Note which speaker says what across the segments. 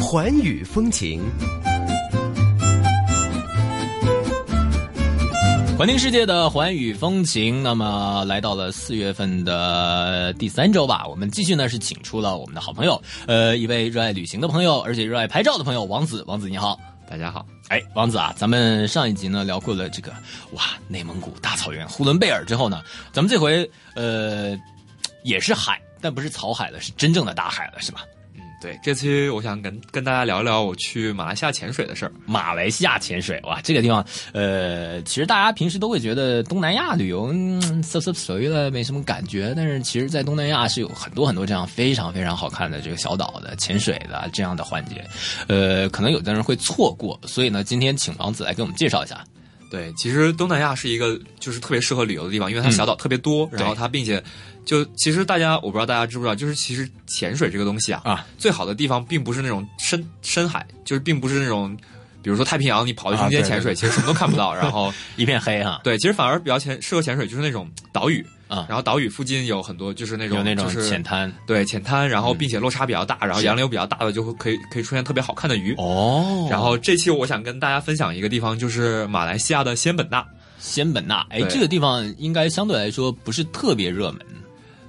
Speaker 1: 环宇风情，
Speaker 2: 环听世界的环宇风情，那么来到了四月份的第三周吧，我们继续呢是请出了我们的好朋友，呃，一位热爱旅行的朋友，而且热爱拍照的朋友，王子，王子你好。
Speaker 3: 大家好，
Speaker 2: 哎，王子啊，咱们上一集呢聊过了这个哇，内蒙古大草原、呼伦贝尔之后呢，咱们这回呃也是海，但不是草海了，是真正的大海了，是吧？
Speaker 3: 嗯，对，这期我想跟跟大家聊聊我去马来西亚潜水的事儿。
Speaker 2: 马来西亚潜水，哇，这个地方，呃，其实大家平时都会觉得东南亚旅游嗯嗖嗖随了，没什么感觉，但是其实，在东南亚是有很多很多这样非常非常好看的这个小岛的潜水的这样的环节，呃，可能有的人会错过，所以呢，今天请王子来给我们介绍一下。
Speaker 3: 对，其实东南亚是一个就是特别适合旅游的地方，因为它小岛特别多，
Speaker 2: 嗯对
Speaker 3: 然后它并且就其实大家我不知道大家知不知道，就是其实潜水这个东西啊，
Speaker 2: 啊
Speaker 3: 最好的地方并不是那种深深海，就是并不是那种。比如说太平洋，你跑到中
Speaker 2: 啊对
Speaker 3: 间
Speaker 2: 对
Speaker 3: 潜水，其实什么都看不到。然后，
Speaker 2: 一片黑哈、
Speaker 3: 对，其实反而比较潜适合潜水就是那种岛屿
Speaker 2: 啊
Speaker 3: 然后岛屿附近有很多就是那种
Speaker 2: 有那种
Speaker 3: 就是
Speaker 2: 浅滩
Speaker 3: 对浅滩，然后并且落差比较大，然后
Speaker 2: 是
Speaker 3: 洋流比较大的就会可以可以出现特别好看的鱼。
Speaker 2: 哦
Speaker 3: 然后这期我想跟大家分享一个地方，就是马来西亚的仙本那。
Speaker 2: 仙本那，哎，
Speaker 3: 对
Speaker 2: 这个地方应该相对来说不是特别热门，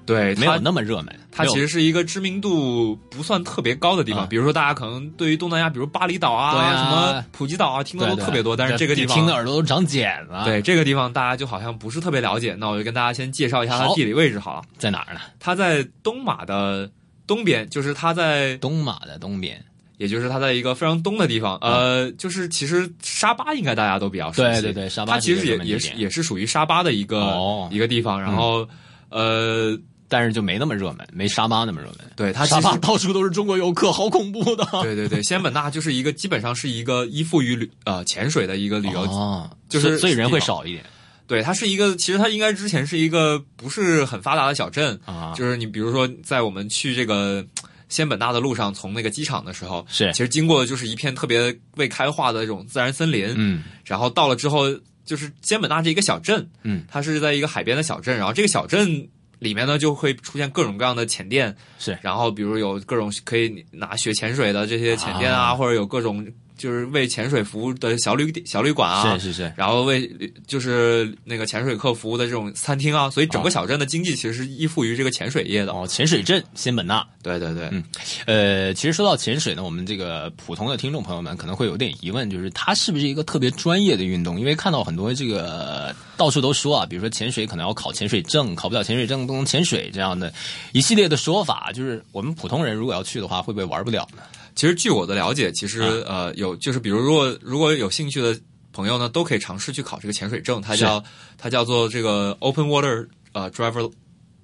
Speaker 3: 对，
Speaker 2: 没有
Speaker 3: 它
Speaker 2: 那么热门。
Speaker 3: 它
Speaker 2: 没有
Speaker 3: 其实是一个知名度不算特别高的地方。
Speaker 2: 啊
Speaker 3: 比如说，大家可能对于东南亚，比如巴厘岛啊、
Speaker 2: 对啊
Speaker 3: 什么普吉岛啊，听
Speaker 2: 对
Speaker 3: 的都
Speaker 2: 对
Speaker 3: 特别多，但是这个地方
Speaker 2: 听的耳朵都长茧了。，
Speaker 3: 对这个地方大家就好像不是特别了解。那我就跟大家先介绍一下它
Speaker 2: 好
Speaker 3: 的地理位置好了。
Speaker 2: 在哪儿呢？
Speaker 3: 它在东马的东边，就是它在，
Speaker 2: 东马的东边。
Speaker 3: 也就是它在一个非常东的地方。呃，就是其实沙巴应该大家都比较熟悉。
Speaker 2: 对对对，沙巴
Speaker 3: 它其实
Speaker 2: 是一
Speaker 3: 也
Speaker 2: 个热门
Speaker 3: 也
Speaker 2: 地
Speaker 3: 是
Speaker 2: 点
Speaker 3: 也是属于沙巴的一个、
Speaker 2: 哦
Speaker 3: 一个地方，然后、呃，
Speaker 2: 但是就没那么热门，没沙巴那么热门。
Speaker 3: 对它其
Speaker 2: 沙
Speaker 3: 实
Speaker 2: 巴到处都是中国游客，好恐怖的。
Speaker 3: 对对对，仙本那就是一个基本上是一个依附于旅呃潜水的一个旅游，
Speaker 2: 哦，
Speaker 3: 就是
Speaker 2: 所以所以人会
Speaker 3: 地方
Speaker 2: 少一点
Speaker 3: 对它是一个其实它应该之前是一个不是很发达的小镇，
Speaker 2: 啊。
Speaker 3: 就是你比如说在我们去这个。仙本那的路上，从那个机场的时候，
Speaker 2: 是
Speaker 3: 其实经过的就是一啊片特别未开化的这种自然森林，
Speaker 2: 嗯
Speaker 3: 然后到了之后，就是仙本那这一个小镇，
Speaker 2: 嗯，
Speaker 3: 它是在一个海边的小镇，然后这个小镇里面呢就会出现各种各样的潜店，
Speaker 2: 是
Speaker 3: 然后比如有各种可以拿学潜水的这些潜店啊，
Speaker 2: 啊
Speaker 3: 或者有各种就是为潜水服务的小旅小旅馆啊
Speaker 2: 是。是是，
Speaker 3: 然后为就是那个潜水客服务的这种餐厅啊，所以整个小镇的经济其实是依附于这个潜水业的。
Speaker 2: 哦，潜水镇仙本那。
Speaker 3: 对对对，
Speaker 2: 嗯呃，其实说到潜水呢，我们这个普通的听众朋友们可能会有点疑问，就是它是不是一个特别专业的运动？因为看到很多这个呃到处都说啊，比如说潜水可能要考潜水证，考不了潜水证不能潜水这样的一系列的说法，就是我们普通人如果要去的话，会不会玩不了呢？
Speaker 3: 其实据我的了解，其实、
Speaker 2: 啊
Speaker 3: 呃有就是比如如果如果有兴趣的朋友呢，都可以尝试去考这个潜水证，它
Speaker 2: 是
Speaker 3: 叫它叫做这个 Open Water 呃 Driver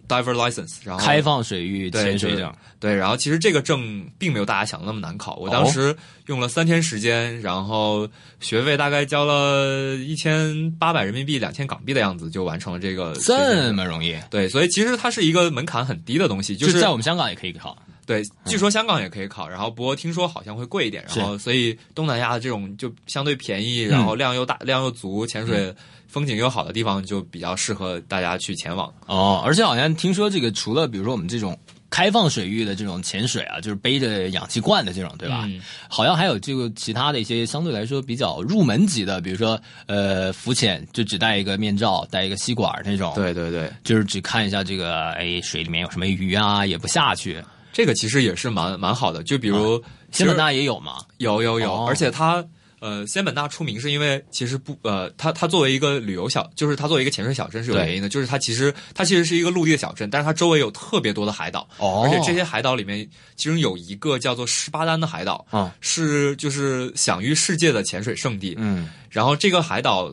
Speaker 3: Diver License，然后
Speaker 2: 开放水域
Speaker 3: 哦对
Speaker 2: 潜水
Speaker 3: 就是
Speaker 2: 证，
Speaker 3: 对，然后其实这个证并没有大家想的那么难考，我
Speaker 2: 哦
Speaker 3: 当时用了三天时间，然后学费大概交了一千八百人民币、两千港币的样子，就完成了这个学
Speaker 2: 这
Speaker 3: 费。
Speaker 2: 么容易？
Speaker 3: 对，所以其实它是一个门槛很低的东西，
Speaker 2: 就是在我们香港也可以考，
Speaker 3: 对，据说香港也可以考，然后不过听说好像会贵一点，
Speaker 2: 是
Speaker 3: 然后所以东南亚的这种就相对便宜，然后量又大、量又足，潜水风景又好的地方就比较适合大家去前往。
Speaker 2: 哦，而且好像听说这个除了比如说我们这种开放水域的这种潜水啊，就是背着氧气罐的这种，对吧？
Speaker 3: 嗯
Speaker 2: 好像还有这个其他的一些相对来说比较入门级的，比如说呃浮潜，就只戴一个面罩，戴一个吸管那种，，
Speaker 3: 对对对，
Speaker 2: 就是只看一下这个哎水里面有什么鱼啊，也不下去。
Speaker 3: 这个其实也是蛮蛮好的，就比如其
Speaker 2: 仙
Speaker 3: 实
Speaker 2: 本那也有嘛，
Speaker 3: 有有有，
Speaker 2: 哦
Speaker 3: 而且它呃，仙本那出名是因为其实不呃，它它作为一个旅游小，就是它作为一个潜水小镇是有
Speaker 2: 对
Speaker 3: 原因的，就是它其实它其实是一个陆地的小镇，但是它周围有特别多的海岛，
Speaker 2: 哦
Speaker 3: 而且这些海岛里面其中有一个叫做十八丹的海岛，
Speaker 2: 啊，
Speaker 3: 是就是享誉世界的潜水圣地。
Speaker 2: 嗯，
Speaker 3: 然后这个海岛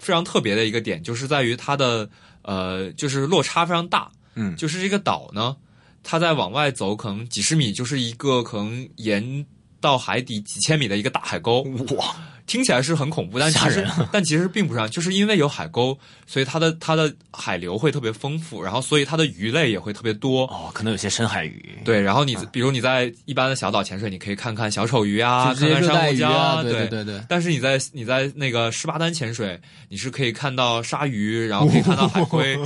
Speaker 3: 非常特别的一个点就是在于它的呃，就是落差非常大，
Speaker 2: 嗯
Speaker 3: 就是这个岛呢，它在往外走可能几十米，就是一个可能沿到海底几千米的一个大海沟，
Speaker 2: 哇，
Speaker 3: 听起来是很恐怖，但
Speaker 2: 嗯吓
Speaker 3: 其实
Speaker 2: 人啊
Speaker 3: 但其实并不是这 样，就是因为有海沟，所以它的它的海流会特别丰富，然后所以它的鱼类也会特别多。
Speaker 2: 哦，啊可能有些深海鱼，
Speaker 3: 对，然后你比如你在一般的小岛潜水，你可以看看小丑鱼啊，
Speaker 2: 就这
Speaker 3: 看
Speaker 2: 些热
Speaker 3: 看
Speaker 2: 带
Speaker 3: 珊瑚
Speaker 2: 鱼
Speaker 3: 礁
Speaker 2: 啊，
Speaker 3: 对
Speaker 2: 对对对，
Speaker 3: 但是你在你在那个十八单潜水，你是可以看到鲨鱼，然后可以看到海龟，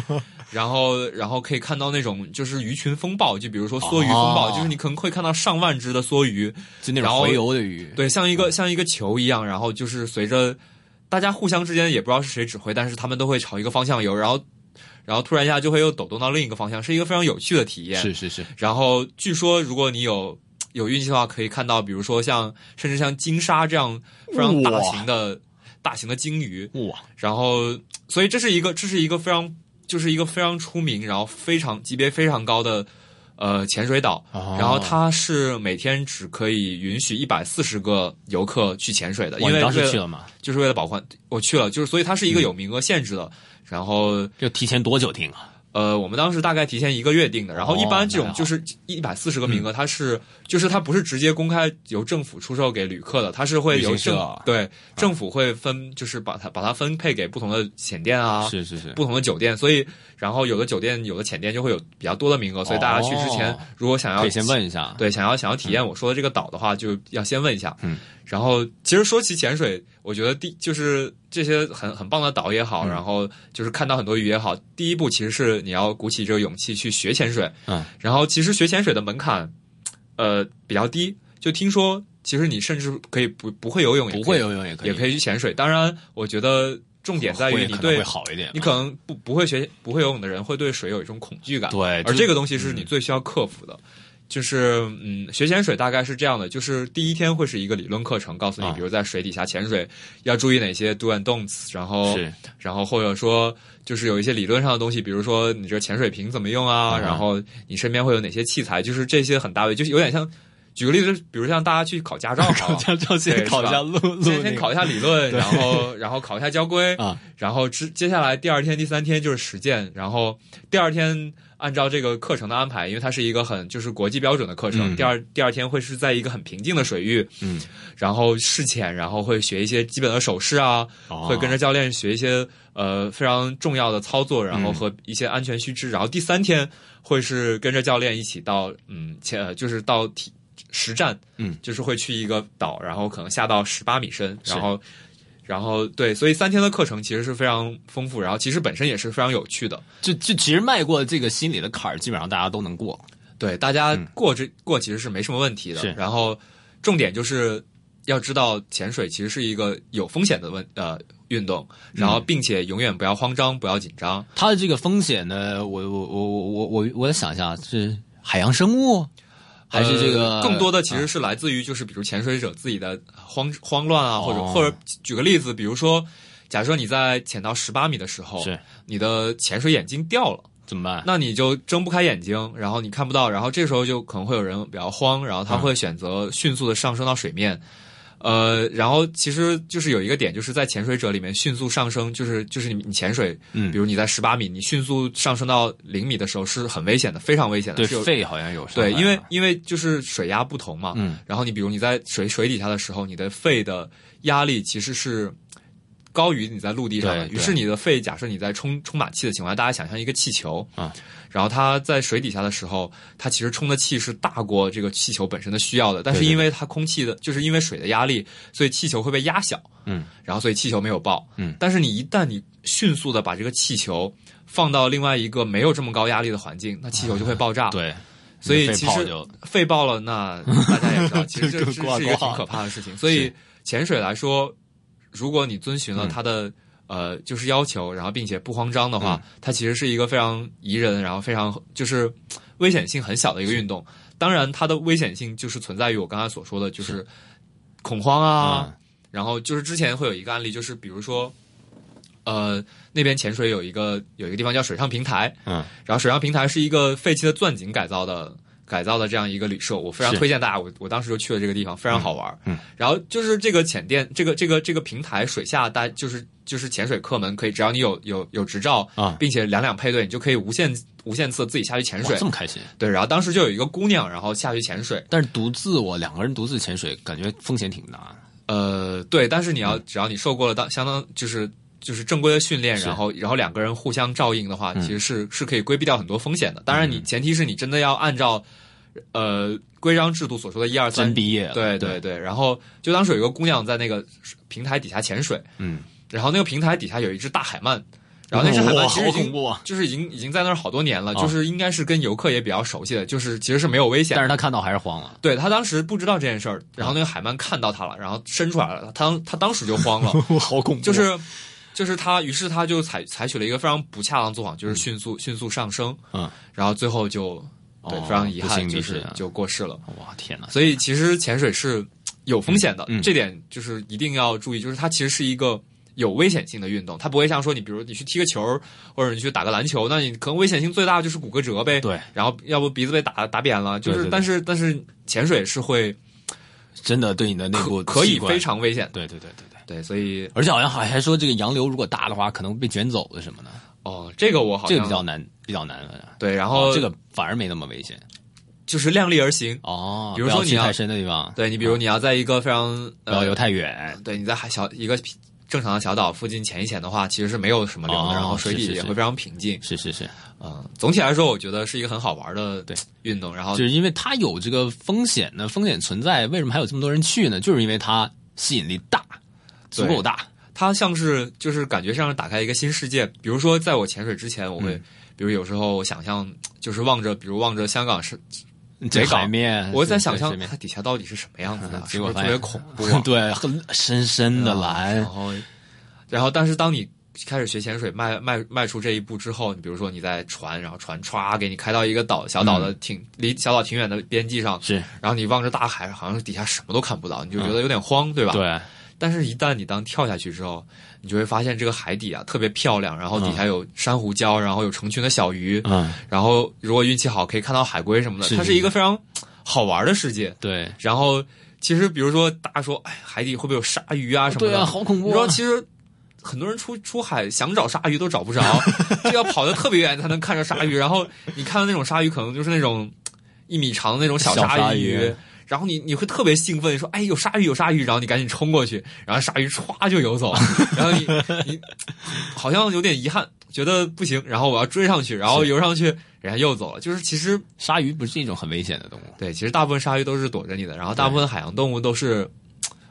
Speaker 3: 然后然后可以看到那种就是鱼群风暴，就比如说梭鱼风暴，
Speaker 2: 哦
Speaker 3: 就是你可能会看到上万只的梭鱼，
Speaker 2: 就那
Speaker 3: 然
Speaker 2: 种
Speaker 3: 后
Speaker 2: 洄游的鱼，
Speaker 3: 对，像一个像一个球一样，然后就是随着大家互相之间也不知道是谁指挥，但是他们都会朝一个方向游，然后然后突然一下就会又抖动到另一个方向，是一个非常有趣的体验。
Speaker 2: 是是是，
Speaker 3: 然后据说如果你有有运气的话，可以看到，比如说像甚至像金鲨这样非常大型的大型的鲸鱼，
Speaker 2: 哇，
Speaker 3: 然后所以这是一个这是一个非常就是一个非常出名，然后非常级别非常高的呃潜水岛，
Speaker 2: 哦
Speaker 3: 然后它是每天只可以允许一百四十个游客去潜水的，
Speaker 2: 我
Speaker 3: 因为
Speaker 2: 当
Speaker 3: 为
Speaker 2: 时
Speaker 3: 了
Speaker 2: 去了嗯嘛，
Speaker 3: 就是为了保护，我去了，就是所以它是一个有名额限制的，然后。
Speaker 2: 就提前多久订啊？
Speaker 3: 呃，我们当时大概提前一个月定的，然后一般这
Speaker 2: 哦那还好
Speaker 3: 种
Speaker 2: 嗯
Speaker 3: 就是一百四十个名额，它是就是它不是直接公开由政府出售给旅客的，它是会由
Speaker 2: 旅行
Speaker 3: 政
Speaker 2: 社啊
Speaker 3: 对政府会分，就是把它把它分配给不同的潜店啊，
Speaker 2: 是是是，
Speaker 3: 不同的酒店，所以然后有的酒店有的潜店就会有比较多的名额，所以大家去之前
Speaker 2: 哦
Speaker 3: 如果想要
Speaker 2: 可以先问一下，
Speaker 3: 对，想要想要体验我说的这个岛的话，就要先问一下。
Speaker 2: 嗯，
Speaker 3: 然后其实说起潜水，我觉得第就是这些很很棒的岛也
Speaker 2: 嗯
Speaker 3: 好，然后就是看到很多鱼也好，第一步其实是你要鼓起这个勇气去学潜水。
Speaker 2: 嗯，
Speaker 3: 然后其实学潜水的门槛，呃，比较低，就听说其实你甚至可以不不会游泳也可以，
Speaker 2: 不会游泳也可以，
Speaker 3: 也可以去潜水。当然，我觉得重点在于
Speaker 2: 会
Speaker 3: 你
Speaker 2: 可能
Speaker 3: 对
Speaker 2: 会好一点吧，
Speaker 3: 你可能不不会学不会游泳的人会对水有一种恐惧感，
Speaker 2: 对
Speaker 3: 而
Speaker 2: 就嗯
Speaker 3: 这个东西是你最需要克服的。就是嗯，学潜水大概是这样的，就是第一天会是一个理论课程，告诉你
Speaker 2: 啊，
Speaker 3: 比如在水底下潜水、要注意哪些 do and don'ts，然后
Speaker 2: 是
Speaker 3: 然后或者说就是有一些理论上的东西，比如说你这个潜水瓶怎么用
Speaker 2: 嗯
Speaker 3: 啊，
Speaker 2: 哼
Speaker 3: 然后你身边会有哪些器材，就是这些很大的，就是有点像举个例子，比如像大家去考驾照好了，
Speaker 2: 考驾照先
Speaker 3: 哦对
Speaker 2: 考一
Speaker 3: 是吧
Speaker 2: 下路路，
Speaker 3: 先先考一下理 论，然后然后考一下交规
Speaker 2: 啊，
Speaker 3: 然后之接下来第二天、第三天就是实践，然后第二天按照这个课程的安排，因为它是一个很就是国际标准的课
Speaker 2: 嗯
Speaker 3: 程，第二第二天会是在一个很平静的水域，
Speaker 2: 嗯，
Speaker 3: 然后试潜，然后会学一些基本的手势啊，会跟着
Speaker 2: 哦
Speaker 3: 教练学一些呃非常重要的操作，
Speaker 2: 嗯
Speaker 3: 然后和一些安全须知，然后第三天会是跟着教练一起到嗯前呃就是到体实战，
Speaker 2: 嗯，
Speaker 3: 就是会去一个岛，然后可能下到十八米深，
Speaker 2: 是
Speaker 3: 然后然后对，所以三天的课程其实是非常丰富，然后其实本身也是非常有趣的。
Speaker 2: 就就其实迈过这个心理的坎儿，基本上大家都能过。
Speaker 3: 对，大家过这、过其实是没什么问题的。
Speaker 2: 嗯是
Speaker 3: 然后重点就是要知道潜水其实是一个有风险的问呃运动，
Speaker 2: 嗯
Speaker 3: 然后并且永远不要慌张，不要紧张。
Speaker 2: 它的这个风险呢，我我我我我我想想是海洋生物，还是这个、啊
Speaker 3: 呃更多的其实是来自于就是比如潜水者自己的慌慌乱啊，或者、
Speaker 2: 哦
Speaker 3: 或者举个例子，比如说假设你在潜到十八米的时候，
Speaker 2: 是啊
Speaker 3: 你的潜水眼镜掉了。
Speaker 2: 怎么办？
Speaker 3: 那你就睁不开眼睛，然后你看不到，然后这时候就可能会有人比较慌，然后
Speaker 2: 嗯
Speaker 3: 他会选择迅速的上升到水面。呃，然后其实就是有一个点，就是在潜水者里面迅速上升，就是就是你你潜水，
Speaker 2: 嗯
Speaker 3: 比如你在十八米，你迅速上升到零米的时候是很危险的，非常危险的，
Speaker 2: 对
Speaker 3: 是有
Speaker 2: 肺好像有伤害
Speaker 3: 对，
Speaker 2: 吧
Speaker 3: 因为因为就是水压不同嘛，
Speaker 2: 嗯，
Speaker 3: 然后你比如你在水水底下的时候，你的肺的压力其实是高于你在陆地上的，
Speaker 2: 对对
Speaker 3: 于是你的肺，假设你在充充满气的情况下，大家想象一个气球
Speaker 2: 啊，
Speaker 3: 然后它在水底下的时候，它其实充的气是大过这个气球本身的需要的，但是
Speaker 2: 对对
Speaker 3: 因为它空气的，就是因为水的压力，所以气球会被压小，
Speaker 2: 嗯，
Speaker 3: 然后所以气球没有爆，
Speaker 2: 嗯
Speaker 3: 但是你一旦你迅速的把这个气球放到另外一个没有这么高压力的环境，那气球就会爆炸，
Speaker 2: 对，
Speaker 3: 啊所以
Speaker 2: 你的肺
Speaker 3: 其
Speaker 2: 泡
Speaker 3: 实
Speaker 2: 就
Speaker 3: 肺爆 了，那大家也知道，其实这这
Speaker 2: 就挂
Speaker 3: 是一个
Speaker 2: 挂
Speaker 3: 挺可怕的事情。所以潜水来说，如果你遵循了
Speaker 2: 嗯
Speaker 3: 它的、呃就是要求，然后并且不慌张的
Speaker 2: 嗯
Speaker 3: 话，它其实是一个非常宜人，然后非常就是危险性很小的一个运动。当然，它的危险性就是存在于我刚才所说的，就是恐慌啊，
Speaker 2: 嗯
Speaker 3: 然后就是之前会有一个案例，就是比如说，呃，那边潜水有一个有一个地方叫水上平台，
Speaker 2: 嗯，
Speaker 3: 然后水上平台是一个废弃的钻井改造的改造的这样一个旅社，我非常
Speaker 2: 是
Speaker 3: 推荐大家，我我当时就去了这个地方，非常好玩。
Speaker 2: 嗯嗯
Speaker 3: 然后就是这个潜店，这个这个这个平台水下大就是就是潜水客们可以，只要你有有有执照
Speaker 2: 啊
Speaker 3: 并且两两配对，你就可以无限无限次自己下去潜
Speaker 2: 哇
Speaker 3: 水
Speaker 2: 这。么开心。
Speaker 3: 对，然后当时就有一个姑娘，然后下去潜水，
Speaker 2: 但是独自我两个人独自潜水，感觉风险挺大的。
Speaker 3: 呃，对，但是
Speaker 2: 嗯
Speaker 3: 你要只要你受过了当相当就是就是正规的训练，
Speaker 2: 是
Speaker 3: 然后然后两个人互相照应的话，
Speaker 2: 嗯
Speaker 3: 其实是是可以规避掉很多风险的。当然，你前提是你真的要按照呃规章制度所说的一二三
Speaker 2: 真，毕业了，
Speaker 3: 对对对。然后就当时有一个姑娘在那个平台底下潜水，
Speaker 2: 嗯，
Speaker 3: 然后那个平台底下有一只大海鳗，然后那只海
Speaker 2: 哇
Speaker 3: 鳗其实
Speaker 2: 好
Speaker 3: 已经
Speaker 2: 恐怖啊！
Speaker 3: 就是已经已经在那儿好多年了，
Speaker 2: 啊
Speaker 3: 就是应该是跟游客也比较熟悉的，就是其实是没有危险
Speaker 2: 但
Speaker 3: 的。
Speaker 2: 是他看到还是慌 了。
Speaker 3: 对他当时不知道这件事儿，然后那个海鳗看到他了，然后伸出来了，他当他当时就慌 了，
Speaker 2: 好恐怖
Speaker 3: 就是就是他，于是他就采采取了一个非常不恰当做法，就是迅速、迅速上升，
Speaker 2: 嗯，
Speaker 3: 然后最后就对、
Speaker 2: 哦
Speaker 3: 非常遗
Speaker 2: 不
Speaker 3: 憾，
Speaker 2: 幸
Speaker 3: 就
Speaker 2: 离
Speaker 3: 是
Speaker 2: 世啊
Speaker 3: 就过世了。
Speaker 2: 哇天哪！
Speaker 3: 所以其实潜水是有风险的，
Speaker 2: 嗯嗯
Speaker 3: 这点就是一定要注意，就是它其实是一个。有危险性的运动，它不会像说你，比如你去踢个球，或者你去打个篮球，那你可能危险性最大就是骨骼折呗。
Speaker 2: 对，
Speaker 3: 然后要不鼻子被打打扁了，就是，
Speaker 2: 对对对
Speaker 3: 但是但是潜水是会
Speaker 2: 真的对你的内
Speaker 3: 可
Speaker 2: 部
Speaker 3: 可以
Speaker 2: 器官
Speaker 3: 非常危险的，
Speaker 2: 对对对对对，
Speaker 3: 对，所以
Speaker 2: 而且好像还还说这个洋流如果大的话，可能被卷走了什么的，
Speaker 3: 哦，这个我好
Speaker 2: 这
Speaker 3: 像
Speaker 2: 个比较难，比较难。
Speaker 3: 对，然
Speaker 2: 然
Speaker 3: 后
Speaker 2: 这个反而没那么危险
Speaker 3: 就是量力而行，
Speaker 2: 哦，
Speaker 3: 比如说
Speaker 2: 不要
Speaker 3: 你
Speaker 2: 去
Speaker 3: 要
Speaker 2: 太深的地方，嗯
Speaker 3: 对你，比如你要在一个非常
Speaker 2: 不啊要
Speaker 3: 呃，
Speaker 2: 游太远，
Speaker 3: 对你在海小一个正常的小岛附近潜一潜的话，其实是没有什么流的，
Speaker 2: 哦
Speaker 3: 然后水
Speaker 2: 是
Speaker 3: 底
Speaker 2: 是
Speaker 3: 也
Speaker 2: 是
Speaker 3: 会非常平静。
Speaker 2: 是是是，
Speaker 3: 嗯，总体来说，我觉得是一个很好玩的
Speaker 2: 对
Speaker 3: 运动。然后
Speaker 2: 就是因为它有这个风险呢，风险存在，为什么还有这么多人去呢？就是因为它吸引力大，足够大，
Speaker 3: 它像是就是感觉像是打开一个新世界。比如说，在我潜水之前，我会、
Speaker 2: 嗯
Speaker 3: 比如有时候想象就是望着，比如望着香港是，
Speaker 2: 这
Speaker 3: 北港
Speaker 2: 海面，
Speaker 3: 我在
Speaker 2: 这
Speaker 3: 想象
Speaker 2: 这面
Speaker 3: 它底下到底是什么样子的，
Speaker 2: 嗯
Speaker 3: 是
Speaker 2: 结
Speaker 3: 不
Speaker 2: 果
Speaker 3: 是特
Speaker 2: 发
Speaker 3: 别
Speaker 2: 现？
Speaker 3: 恐怖、啊
Speaker 2: 对，很深深的蓝
Speaker 3: 然，后，然后，但是当你开始学潜水，迈迈迈出这一步之后，你比如说你在船，然后船歘给你开到一个岛小岛的
Speaker 2: 嗯
Speaker 3: 挺、离小岛挺远的边际上，
Speaker 2: 是
Speaker 3: 然后你望着大海，好像底下什么都看不到，你就觉得有点慌，对吧？。
Speaker 2: 嗯对，
Speaker 3: 但是，一旦你当跳下去之后，你就会发现这个海底啊特别漂亮，然后底下有珊瑚礁，然后有成群的小鱼，
Speaker 2: 嗯，
Speaker 3: 然后如果运气好可以看到海龟什么的，
Speaker 2: 是
Speaker 3: 它
Speaker 2: 是
Speaker 3: 是一个非常好玩的世界。
Speaker 2: 对，
Speaker 3: 然后，其实比如说大家说，哎，海底会不会有鲨鱼啊什么的？
Speaker 2: 对啊，好恐怖
Speaker 3: 你
Speaker 2: 啊！
Speaker 3: 说，其实很多人出出海想找鲨鱼都找不 着，就要跑得特别远才能看着鲨鱼。然后你看到那种鲨鱼，可能就是那种一米长的那种小
Speaker 2: 小鲨
Speaker 3: 鱼。
Speaker 2: 鱼
Speaker 3: 然后你你会特别兴奋，说：“哎，有鲨鱼，有鲨鱼！”然后你赶紧冲过去，然后鲨鱼歘就游 走，然后你你好像有点遗憾，觉得不行，然后我要追上去，然后游上去，人家又走了。就是其实
Speaker 2: 鲨鱼不是一种很危险的动物，
Speaker 3: 对，其实大部分鲨鱼都是躲着你的，然后大部分海洋动物都是，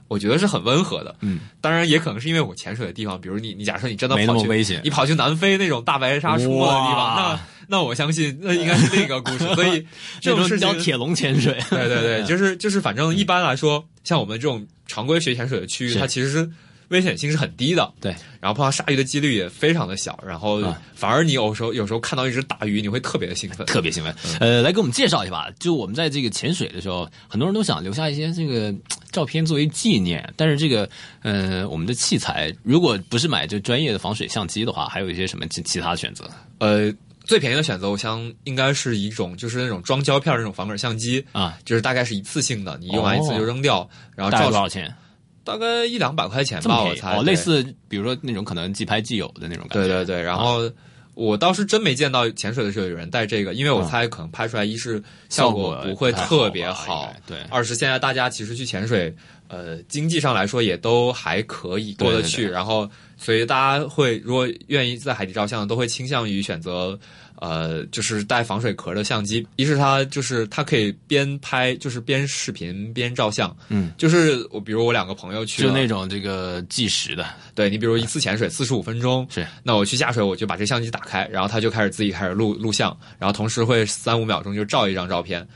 Speaker 3: 我觉得是很温和的。
Speaker 2: 嗯，
Speaker 3: 当然也可能是因为我潜水的地方，比如你，你假设你真的
Speaker 2: 没那
Speaker 3: 跑
Speaker 2: 么
Speaker 3: 去，
Speaker 2: 危险
Speaker 3: 你跑去南非那种大白鲨出没的地方，
Speaker 2: 哇
Speaker 3: 那那我相信那应该是另一个故 事。所以
Speaker 2: 这
Speaker 3: 这种
Speaker 2: 种
Speaker 3: 事情
Speaker 2: 叫，铁笼潜水，
Speaker 3: 对对
Speaker 2: 嗯
Speaker 3: 对，就是就是，反正一般来说，像我们这种常规学潜水的区域，
Speaker 2: 是
Speaker 3: 它其实是危险性是很低的。
Speaker 2: 对，
Speaker 3: 然后碰到鲨鱼的几率也非常的小，然后
Speaker 2: 啊
Speaker 3: 反而你有时候有时候看到一只大鱼，你会特别的兴 奋。
Speaker 2: 特别兴奋。呃，来给我们介绍一下吧。就我们在这个潜水的时候，很多人都想留下一些这个嘖照片作为纪念，但是这个呃，我们的器材如果不是买这专业的防水相机的话，还有一些什么其其他选择
Speaker 3: 呃，最便宜的选择，我想应该是一种就是那种装胶片儿那种防水相机，
Speaker 2: 啊？
Speaker 3: 就是大概是一次性的，你用完一次
Speaker 2: 哦
Speaker 3: 就扔掉，然后
Speaker 2: 大概
Speaker 3: 照
Speaker 2: 多少钱？
Speaker 3: 大概一两百块钱
Speaker 2: 这么啊
Speaker 3: 吧，我
Speaker 2: 便宜
Speaker 3: 猜。
Speaker 2: 哦，
Speaker 3: 对
Speaker 2: 类。似比如说那种可能即拍即有的那种感觉。
Speaker 3: 对对对，然后。我倒是真没见到潜水的时候有人带这个，因为我
Speaker 2: 啊
Speaker 3: 猜可能拍出来一是效
Speaker 2: 效
Speaker 3: 果
Speaker 2: 果
Speaker 3: 不会
Speaker 2: 不太
Speaker 3: 特别
Speaker 2: 好
Speaker 3: 好
Speaker 2: 吧，应该对
Speaker 3: 二是现在大家其实去潜水，呃，经济上来说也都还可以过得去，
Speaker 2: 对对
Speaker 3: 然后所以大家会如果愿意在海底照相，都会倾向于选择呃，就是带防水壳的相机。一是它就是它可以边拍就是边视频边照相，
Speaker 2: 嗯，
Speaker 3: 就是我比如我两个朋友去
Speaker 2: 就
Speaker 3: 了
Speaker 2: 那种这个计时的，
Speaker 3: 对你，比如一次潜水四十五分钟，
Speaker 2: 是
Speaker 3: 那我去下水，我就把这相机打开，然后他就开始自己开始录录像，然后同时会三五秒钟就照一张照片，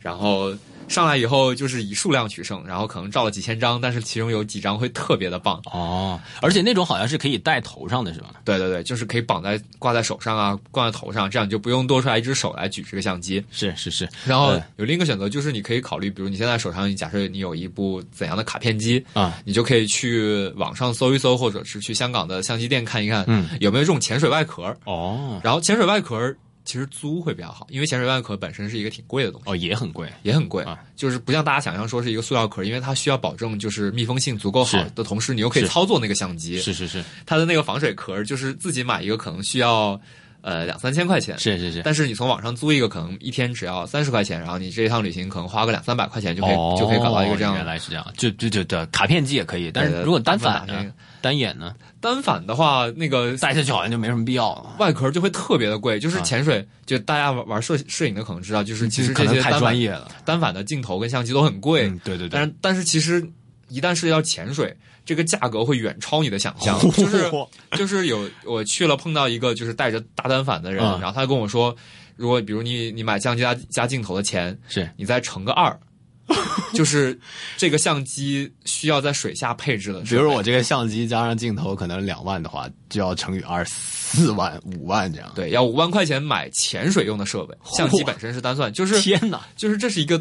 Speaker 3: 然后上来以后就是以数量取胜，然后可能照了几千张，但是其中有几张会特别的棒，
Speaker 2: 哦，而且那种好像是可以戴头上的是吧？
Speaker 3: 对对对，就是可以绑在挂在手上啊，挂在头上，这样你就不用多出来一只手来举这个相机。
Speaker 2: 是是是，
Speaker 3: 然后
Speaker 2: 对
Speaker 3: 有另一个选择就是你可以考虑，比如你现在手上，你假设你有一部怎样的卡片机，
Speaker 2: 啊，
Speaker 3: 你就可以去网上搜一搜，或者是去香港的相机店看一看，
Speaker 2: 嗯，
Speaker 3: 有没有这种潜水外壳儿。
Speaker 2: 哦
Speaker 3: 然后潜水外壳儿其实租会比较好，因为潜水外壳本身是一个挺贵的东西，
Speaker 2: 哦，也很贵，
Speaker 3: 也很贵，
Speaker 2: 啊
Speaker 3: 就是不像大家想象说是一个塑料壳，因为它需要保证就是密封性足够好
Speaker 2: 是
Speaker 3: 的同时，你又可以
Speaker 2: 是
Speaker 3: 操作那个相机。
Speaker 2: 是是是
Speaker 3: 它的那个防水壳儿就是自己买一个可能需要呃两三千块钱。
Speaker 2: 是是是，
Speaker 3: 但是你从网上租一个，可能一天只要三十块钱，然后你这一趟旅行可能花个两三百块钱就可以、
Speaker 2: 哦
Speaker 3: 就可以搞到一个这样
Speaker 2: 原
Speaker 3: 的。
Speaker 2: 来是这样，就就就就卡片机也可以，但
Speaker 3: 对
Speaker 2: 是如果单
Speaker 3: 反
Speaker 2: 反
Speaker 3: 那
Speaker 2: 呢
Speaker 3: 个，
Speaker 2: 单眼呢，
Speaker 3: 单反的话，那个
Speaker 2: 戴下去好像就没什么必要了。
Speaker 3: 外壳就会特别的贵，就是
Speaker 2: 啊嗯
Speaker 3: 潜水，就大家玩玩摄摄影的可能知道，就是其实
Speaker 2: 可
Speaker 3: 这
Speaker 2: 能
Speaker 3: 些
Speaker 2: 太
Speaker 3: 单
Speaker 2: 专
Speaker 3: 反
Speaker 2: 业了，
Speaker 3: 单反的镜头跟相相机都很贵，
Speaker 2: 嗯，对对对
Speaker 3: 但，是但是其实一旦涉及到潜水，这个价格会远超你的想 象。就是就是有我去了碰到一个就是带着大单反的人，
Speaker 2: 嗯
Speaker 3: 然后他跟我说，如果比如你你买相机加加镜头的钱，
Speaker 2: 是
Speaker 3: 你再乘个 二，就是这个相机需要在水下配置的
Speaker 2: 比
Speaker 3: 设备。
Speaker 2: 如说我这个相机加上镜头可能两万的话，就要乘以二四万五万这样。
Speaker 3: 对，要五万块钱买潜水用的设备，相机本身是单算，就是
Speaker 2: 天哪！
Speaker 3: 就是这是一个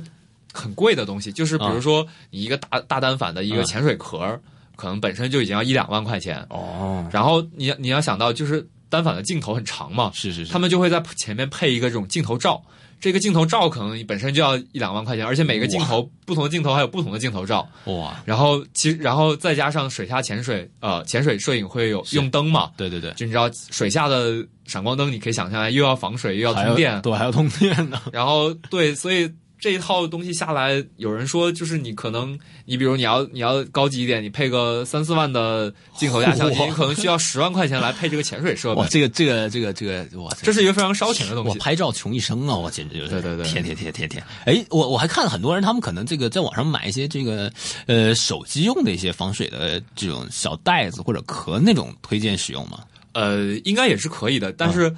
Speaker 3: 很贵的东西，就是比如说你一个大大单反的一个
Speaker 2: 嗯
Speaker 3: 潜水壳儿，可能本身就已经要一两万块钱，
Speaker 2: 哦，
Speaker 3: 然后你你要想到就是单反的镜头很长嘛，
Speaker 2: 是是是，
Speaker 3: 他们就会在前面配一个这种镜头罩，这个镜头罩可能本身就要一两万块钱，而且每个镜头不同的镜头还有不同的镜头罩，
Speaker 2: 哇，
Speaker 3: 然后其实然后再加上水下潜水，呃，潜水摄影会有用灯嘛，
Speaker 2: 对对对，
Speaker 3: 就你知道水下的闪光灯，你可以想象下又要防水又要
Speaker 2: 还
Speaker 3: 通
Speaker 2: 有
Speaker 3: 电，
Speaker 2: 对，还要通电呢。
Speaker 3: 然后对，所以这一套东西下来，有人说就是你可能，你比如你要你要高级一点，你配个三四万的进口价相机，
Speaker 2: 哇
Speaker 3: 你可能需要十万块钱来配这个潜水设备
Speaker 2: 哇，，这个这个这个这个，哇，
Speaker 3: 这是一个非常烧钱的东
Speaker 2: 我
Speaker 3: 西。
Speaker 2: 拍照穷一生啊！我简直就是
Speaker 3: 对对对
Speaker 2: 天天天天天。哎，我我还看很多人，他们可能这个在网上买一些这个呃手机用的一些防水的这种小袋子或者壳那种，推荐使用吗？
Speaker 3: 呃，应该也是可以的，但是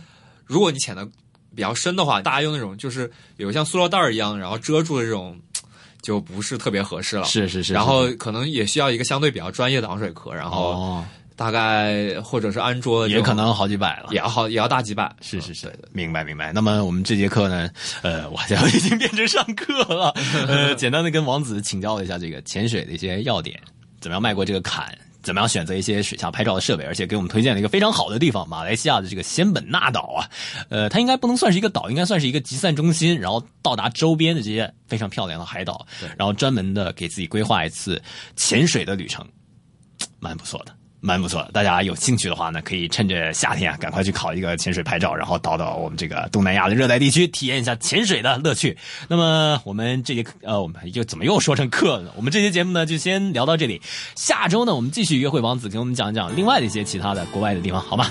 Speaker 3: 如果你潜的比较深的话，大家用那种就是有像塑料袋儿一样，然后遮住的这种，就不是特别合适了。
Speaker 2: 是是是
Speaker 3: 然后可能也需要一个相对比较专业的防水壳，然后
Speaker 2: 哦，
Speaker 3: 大概或者是安卓的这
Speaker 2: 也
Speaker 3: 种
Speaker 2: 可能好几百了
Speaker 3: 也。要好也要大几百。嗯
Speaker 2: 是是是，啊明白明白。那么我们这节课呢，呃，我好像已经变成上课 了，呃，简单的跟王子请教了一下这个潜水的一些要点，怎么样迈过这个坎，怎么样选择一些水下拍照的设备，而且给我们推荐了一个非常好的地方——马来西亚的这个仙本那岛啊，呃，它应该不能算是一个岛，应该算是一个集散中心，然后到达周边的这些非常漂亮的海岛，然后专门的给自己规划一次潜水的旅程。蛮不错的，蛮不错的。大家有兴趣的话呢，可以趁着夏天啊，赶快去考一个潜水牌照，然后到到我们这个东南亚的热带地区，体验一下潜水的乐趣。那么我们这节课呃，我们又怎么又说成课了呢？我们这期节目呢，就先聊到这里。下周呢，我们继续约会王子给我们讲一讲另外的一些其他的国外的地方，好吗？